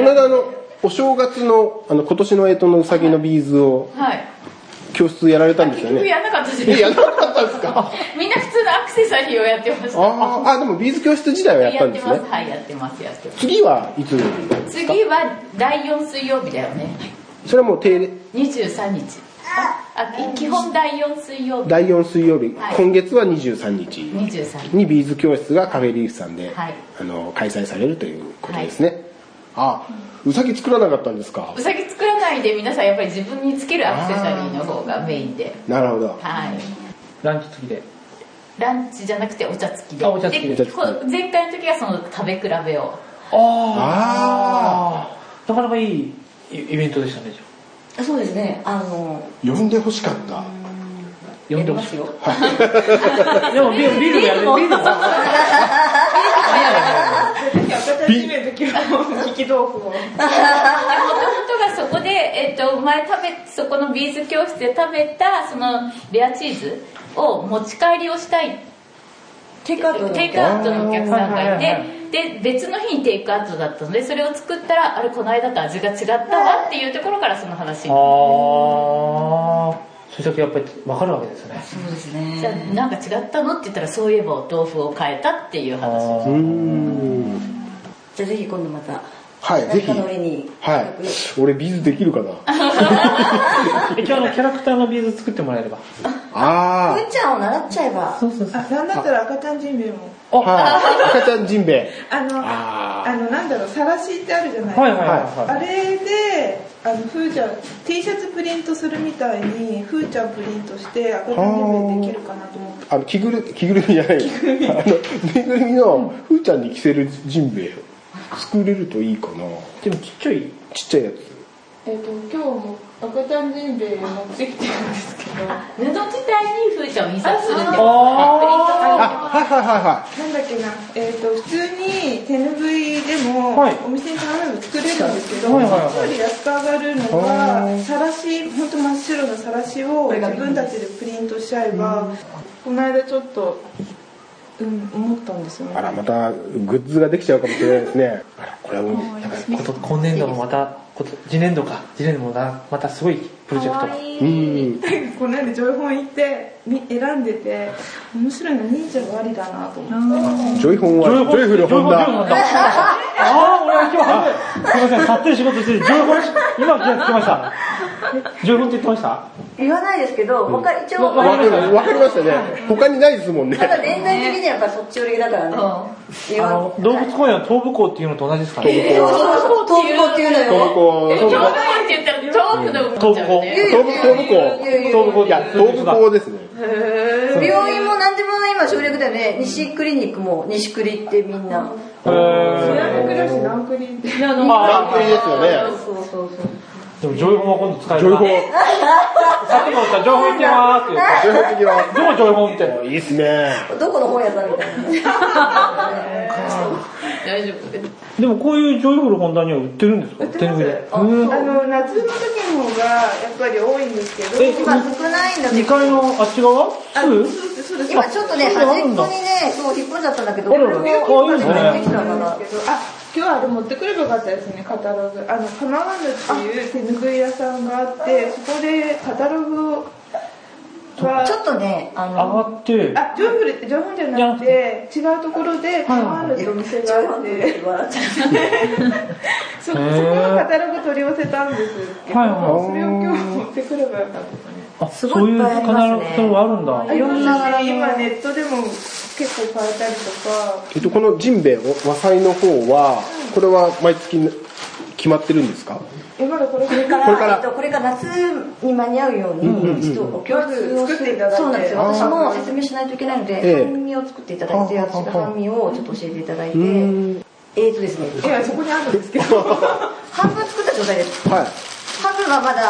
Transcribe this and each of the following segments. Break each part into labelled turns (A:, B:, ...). A: の間あのお正月のあの今年の干支のうさぎのビーズを
B: はい
A: 教室やられたんです
B: 結
A: よ
B: 局
A: ね
B: やんなかったです
A: えやら
B: ね
A: なかったんですか
B: みんな普通のアクセサリーをやってました
A: あーあでもビーズ教室自体はやった
B: や
A: ん
B: って
A: です
B: ます
A: ね
B: はいやってますやってま
A: 次はいつ
B: す次は第4水曜日だよね
A: それはもう定例
B: 23日ああ基本第4水曜日
A: 第4水曜日、
B: はい
A: 今月は23日
B: 23日
A: にビーズ教室がカフェリーフさんで、
B: はい
A: あの開催されるということですね、あうさぎ作らなかったんですか
B: うさぎ作らないで皆さんやっぱり自分につけるアクセサリーの方がメインで
A: なるほど
B: はい
C: ランチ付きで
B: ランチじゃなくてお茶付きで
C: あお茶付き
A: で
B: こ前回の時はその食べ比べを
C: ああなかなかいいイイベントでしたねじゃ
D: そうですねあの
A: 呼んでほしかった
C: あ呼んでほしい
D: やり
C: でもビールビールもやるビールも
E: 私見るときはもう聞き豆腐を
B: 弟がそこで、えっと前食べそこのビーズ教室で食べたそのレアチーズを持ち帰りをしたい
D: テイクアウト
B: テイクアウトのお客さんがい
C: あーはいはい
B: てで別の日にテイクアウトだったのでそれを作ったらあれこの間と味が違ったわっていうところからその話に
C: ああそれだけやっぱり分かるわけですね
D: そうです
B: じゃあ
D: ね
B: なんか違ったのって言ったらそういえばお豆腐を変えたっていう
C: あ
B: 話
A: うー
C: ー
A: ん
D: じゃあぜひ今度また
A: はいぜ
D: 誰
A: ひ
D: かの上に
A: はい俺ビーズできるかな
C: 一応あのキャラクターのビーズ作ってもらえれば
A: あ
D: うんちゃんを習っちゃえば
C: そうそうそう
E: あなんだったら赤ちゃんジンベエも
A: あはい赤ちゃんジンベエ
E: あの
A: あ
E: あ
A: ー
E: のなんだろうさらしってあるじゃない、
C: はいはい
E: あ
C: は
E: れであのふーちゃん T シャツプリントするみたいにふーちゃんプリントして赤ちゃんジンベエできるかなと思って
A: あの着ぐる着ぐるみじゃないあのぬいぐるみのふーちゃんに着せるジンベエ作れるといいかない
C: でもちっちゃい
A: ちっちゃいやつ
F: えっ、と今日も赤ちゃんジンベエ持ってきてるんですけど
B: 布自体に風車を印刷するんでプリント
A: あはいはいはい
C: あ
A: は
E: なんだっけなえっ、と普通に手ぬぐいでも
C: はい
E: お店に頼めば作れるんですけど、
C: はいはいはい
E: そっちより安く上がるの
A: あー
E: がさらし本当真っ白なさらしを
D: これが
E: 自分たちでプリントしちゃえば、この間ちょっとうん思ったんですよね
A: いあらまたグッズができちゃうかもしれないですねあらこれはもう
C: なんかこと今年度もまたこと次年度か次年度もなまたすごいプロジェクトが
A: うん
E: この間情報行ってみ選んでて面白いの忍者はありだなと思って
A: ジョイホンはジョイフルホン
C: ジョイホン
A: ダ
C: だああ、俺は今日初めて、すみません、勝手に仕事してて、ジョイホン、今気がつきました。ジョイホンって言ってました
D: 言わないですけど他一応
A: わか
D: ま
A: りわかりましたね他にないですもんね
D: だ年代的にはやっぱそっち寄りだからね言
C: あ
D: わ
C: の、動物公園は東武港っていうのと同じですかね。
D: 東武港っていうの
A: 東
D: よ
A: 武校
B: 東部って言ったら東部の部
C: 東武港。
A: 東武東武校
C: 東武港
A: いや東武校ですね
D: 病院も何でも今省略だよね西クリニックも西クリってみんな
C: え
E: 親の暮らし
C: ー
E: 何クリンって
A: ランクリですよ
D: そう
A: ね
D: そうそう
C: でもジョイホンは今度使え
A: ジョイ
C: るな
A: ホンジ
C: さっきも言ったジョイホン行ってまーすって言っ
A: ョイホン的な
C: て。どこジョイホンって。
A: いいっすね
D: どこの本屋さんみたいなね
B: 大丈夫
C: でもこういうジョイフルホンダには売ってるんですか
E: 売ってます
C: 手拭いで。うん
E: あの夏の時の方がやっぱり多いんですけど
C: え
D: 今少ないんだけ
C: 二
D: ど
C: 階のあっち側
E: あ
C: す
E: そう
C: ぐ
E: ですそうです
D: 今ちょっとね
C: そうな
D: 端っ
C: んだ
D: こにねそう引っ込んじゃったんだけど
C: あらら
D: これも
C: あいいですね
D: 持ってきたから
E: あ今日はあれ持ってくればよかったですねカタログあのかまわぬっていう手ぬぐい屋さんがあってそこでカタログをは
D: ちょっとねあ
C: 上
D: の
C: がって。
E: あジョイフルジョイフルじゃなくて違うところでかまわぬってお店があってそそこのカタログ取り寄せたんですけど、
C: はいはい
E: それを今日持ってくればよかったですね
C: あ、
D: す
C: そ
D: ご
C: う
D: い
C: い
D: いうっぱいありますね
C: 必ずそういうのがあるんだ。
D: いろんな柄の
E: 今ネットでも結構買えたりとか
A: えっとこのジンベエ和裁の方はこれは毎月決まってるんですか
E: えまだこれ
D: これか
A: これから
D: らえっとこれが夏に間に合うようにちょっとお教室を
E: まず作っていただいて
D: そうなんですよ
A: あー
D: 私も説明しないといけないの
A: ええ
D: で半身を作っていただいて
A: あー
D: 私が半身をちょっと教えていただいて
A: ん
D: えーとですね
E: いやそこにあるんですけど
D: 半分作った状態です
A: はい
D: 半分はまだ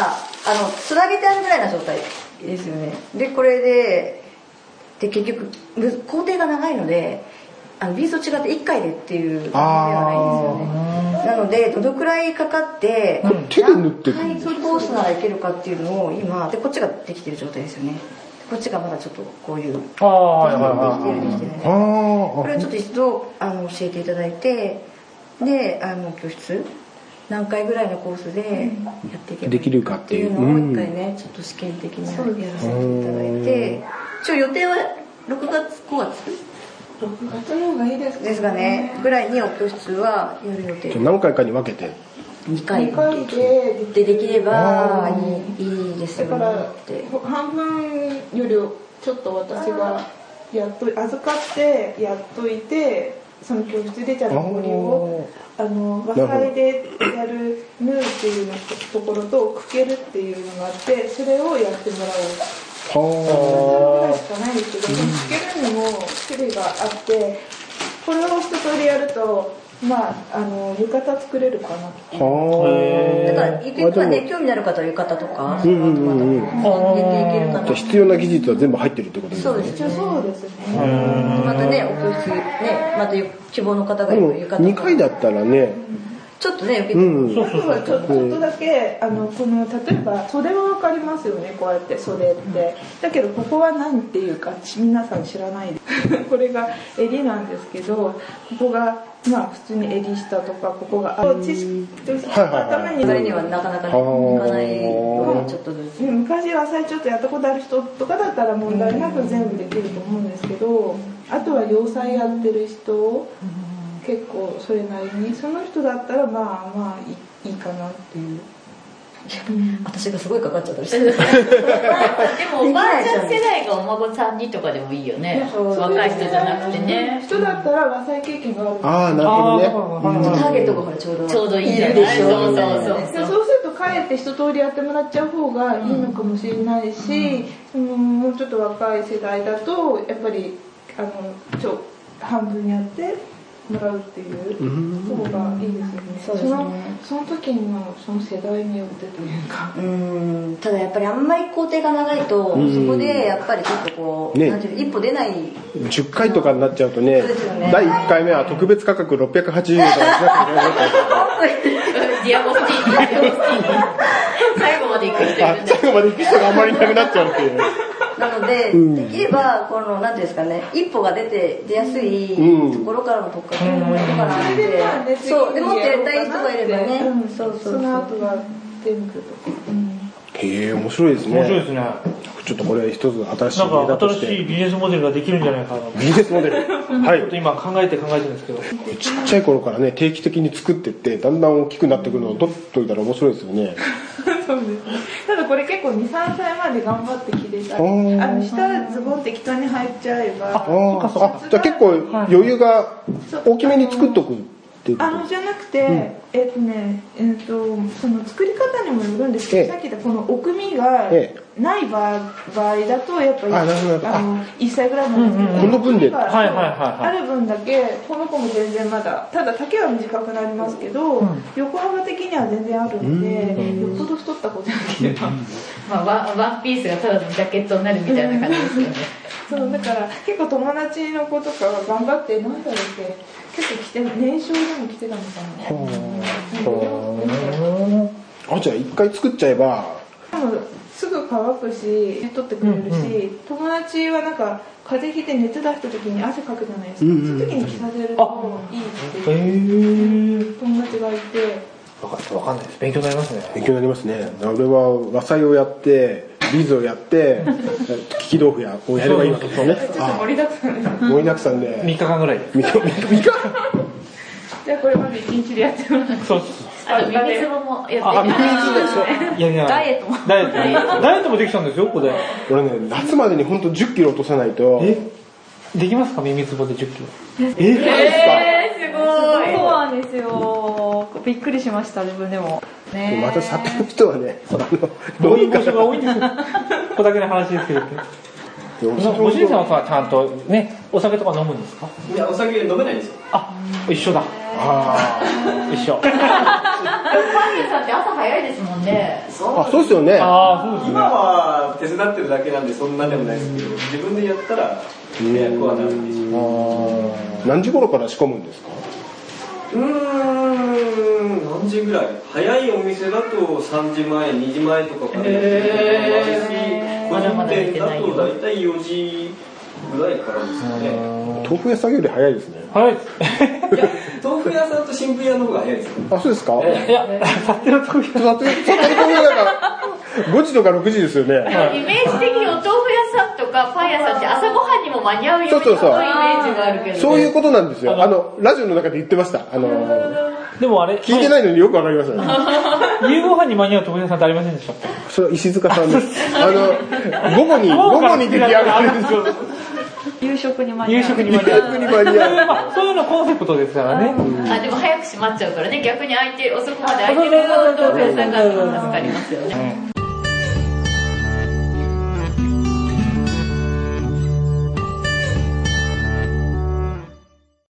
D: あのつなげてあるぐらいな状態ですよねでこれでで結局む工程が長いのであのビーズと違って1回でっていう感じではないんですよねなのでどのくらいかかって
A: これ手で縫っていくん
D: 何
A: です
D: 回コースならいけるかっていうのを今でこっちができてる状態ですよねこっちがまだちょっとこういうでき
C: ああ、はいはい
D: て
C: は
D: る
C: い。
D: できてない
A: あ
D: これ
A: ー
D: をちょっと一度あの教えていただいてであの教室何回ぐらいのコースでやっていけばいい
A: できるかっていう
D: っていうのを一回ねちょっと試験的にやらせていただいて一応予定は6月5月
E: 6月の方がいいですか
D: ですがねぐらいにお教室はやる予定
A: じゃあ何回かに分けて
D: 2回
E: 2回で
D: でできれば
A: あ
D: いいいいです
E: だ
D: よ
E: か
D: ね
E: ら
D: って
E: 半分よりちょっと私がやっと預かってやっといてその教室でじゃあ残りをあの和裁でやる縫うっていうのところとくけるっていうのがあってそれをやってもら
A: は
E: おう3ぐらいしかないですけどくけるにも種類があってこれを一通りやるとまああの浴衣作れるかな
A: あは
D: だ
A: あ
D: から
A: あ
D: 行く
A: で
D: か
A: も
D: ね興味のある方は浴衣とか
A: う
D: そ
A: んう
D: の
A: んうんうん
D: また入れていけるか
A: じゃあ
D: な
A: 必要な技術は全部入ってるってことです
D: そう
A: ね
D: です
E: 一
D: ね
E: 応そうですね
D: またねお教室ねまた希望の方が
A: で
D: いる
A: も
D: 浴衣
A: 2回だったらね
D: ちょっとね受けて
A: うん
C: そう
E: あとはちょちょっとだけあのこの例えば袖は分かりますよねこうやって袖ってだけどここは何ていうかち皆さん知らないですこれが襟なんですけどここがまあ普通に襟下とかここがあ知識として
A: はいはいはい
E: 頭に
D: それにはなかなかいかないようにちょっとずつ
E: で昔は最ちょっとやったことある人とかだったら問題なく全部できると思うんですけどあとは洋裁やってる人結構それなりにその人だったらまあまあいいいいかなっていう。
D: 私がすごいかかっちゃったりして
B: でもおばあちゃん世代がお孫さんにとかでもいいよね
D: そう
B: 若い人じゃなくてね
E: 人だったら和裁経験がある
A: ああな
C: あ
A: る
C: ー
A: ほ
C: わか
A: ど
C: る
A: ね
C: わかる
D: ターゲットがほらちょうど
B: ちょうどいいんじゃない
D: るでしょ
B: そうそう
D: みたいなね
B: そう
E: でもそうするとかえって一通りやってもらっちゃう方がいいのかもしれないし、うんもうちょっと若い世代だとやっぱりあのちょ半分やってもらうっていう方がいいですよね,、
D: そうですね
E: そのその時のその世代によってというか
D: うーんただやっぱりあんまり工程が長いと、
A: ん
D: そこでやっぱりちょっとこう、
A: ね
D: なんていうの一歩出ない
A: 10回とかになっちゃうとね
D: そうですよね
A: 第1回目は特別価格680円とかになっちゃ
B: ディアゴスティーニディアゴスティーニ最後まで行く人い
A: うあっちのま
B: るんだ
A: で行く人があんまりいなくなっちゃうっていう
D: なので、
A: うん
D: できればこのなんていうんですかね一歩が出て出やすい
A: うん
D: ところからのとっかけのところからな
E: そ
D: ん
E: れでまあ
D: で、
E: ね
D: そうでもっとやりたい人がいればね、
E: うん
D: そうそう
E: その
D: う
E: 後は全部とか、
A: へえ面白いですね
C: 面白いですね。
A: ちょっとこれ一つ新しい
C: なん
A: 例だ
C: か
A: と
C: 新
A: し
C: しい
A: て
C: ビジネスモデルができるんじゃないかなと。
A: ビジネスモデルは
C: ちょっと
A: い
C: 今考えて考えてるんですけど。
A: ちっちゃい頃からね定期的に作ってってだんだん大きくなってくるのを取っといたら面白いですよね
E: そうですね。ただこれ結構2、3歳まで頑張って着れたり、
A: おー
E: あの下ズボン適当に入っちゃえば、
A: ああじゃあ結構余裕が大きめに作っとくっていうこ
E: あ
A: と
E: のじゃなくて、えっとね、えっとその作り方にもよるんですけど、
A: ええ
E: さっき言ったこの奥みが
A: え
E: ない場合場合だとやっぱり
A: あなるほどなるほど
E: あの1歳ぐらいなんですけど、
A: うんうんうんこの分で
E: 奥み
C: は
E: が
C: いはいはいはい
E: ある分だけこの子も全然まだただ丈は短くなりますけど、横幅的には全然あるので、よっぽど太った子じゃなければ。
B: まあワンワンピースがただのジャケットになるみたいな感じですよね
E: そうだから結構友達の子とかは頑張ってなんだろうって結構着て年少でも着てたのかな
A: ほ
E: うん
A: うあじゃあ一回作っちゃえば
E: でもすぐ乾くし取ってくれるし、友達はなんか風邪ひいて熱出した時に汗かくじゃないですか、
A: うんうんうん
E: その時に着させるといいっていう
C: え。
E: 友達がいて。
C: わかわかんないです。勉強になりますね。
A: 勉強になりますね俺は和裁をやってビーズをやって 利き豆腐やをやればいいわけですね
E: ちょっと
A: あ
E: 盛りだくさんです。
A: 盛りだくさん
C: 3日
A: で
C: 間ぐらいで。
A: みかみかみか
E: じゃあこれまで一日でやってます。
C: そう
B: あと耳つぼもやっ
C: あ、
B: て
C: 水
B: る
C: です。いやいや。
B: ダイエットも
C: ダイエット。ダイエットもできたんですよ、ここで。
A: 俺ね夏までに本当1 0キロ落とさないと
C: えできますか耳つぼで10キロ。
B: えー、すごい
F: そうなんですよ。びっくりしました、自分でも。ね
A: また里の人はねあの
C: ど
A: ど
C: う
A: う
C: い
A: いうう
C: 場
A: か
C: 所が多いんですかここだけの話ですけど。ご主人さんはちゃんとね、お酒とか飲むんですか
G: いや、お酒飲めないんですよ。
C: あ、一緒だ。
A: あ
C: 一緒。
B: パンギーさんって朝早いですもんね
A: ーあそうですよね
C: ああ、そうですね
G: 今。は手伝ってるだけなんでそんなでもないですけど、自分でやったら迷惑はなるんでしょう。
A: 何時頃から仕込むんですか
G: うーん、何時ぐらい早いお店だと3時前、2時前とかからやってることもあるし、
B: まだまだ
G: 個人
B: 寝
G: 店
B: て
G: だ
B: ないよ
G: と大体4時ぐらいからですかね
A: 豆腐屋さんより早いですね
C: はい。
G: いや豆腐屋さんと新聞屋の方が早いですよ
A: あそうですか
G: え
C: いや、さての時
A: さてさて豆腐屋だから5時とか6時ですよね
B: イメージ的にお豆腐屋さんとかパン屋さんって朝ごはんにも間に合うよう
A: そう
B: に
A: そうそう
B: いイメージがあるけど
A: そういうことなんですよあ
C: あ
A: のラジオの中で言ってましたあの
C: でもあれ、
A: 聞いてないのによくわかりましたね
C: 夕ご飯に間に合う豆腐屋さんってありませんでしたっけ
A: それは石塚さんですあの午後に午後に出来上がるんですよ
H: 夕食に間に合う
C: 夕食に間に合う。
A: 逆に間に合う
C: まあ、そういうのコンセプトですからね。
B: あでも早く閉まっちゃうからね逆に空いて遅くまで空いてると豆腐屋さんが助かりますよね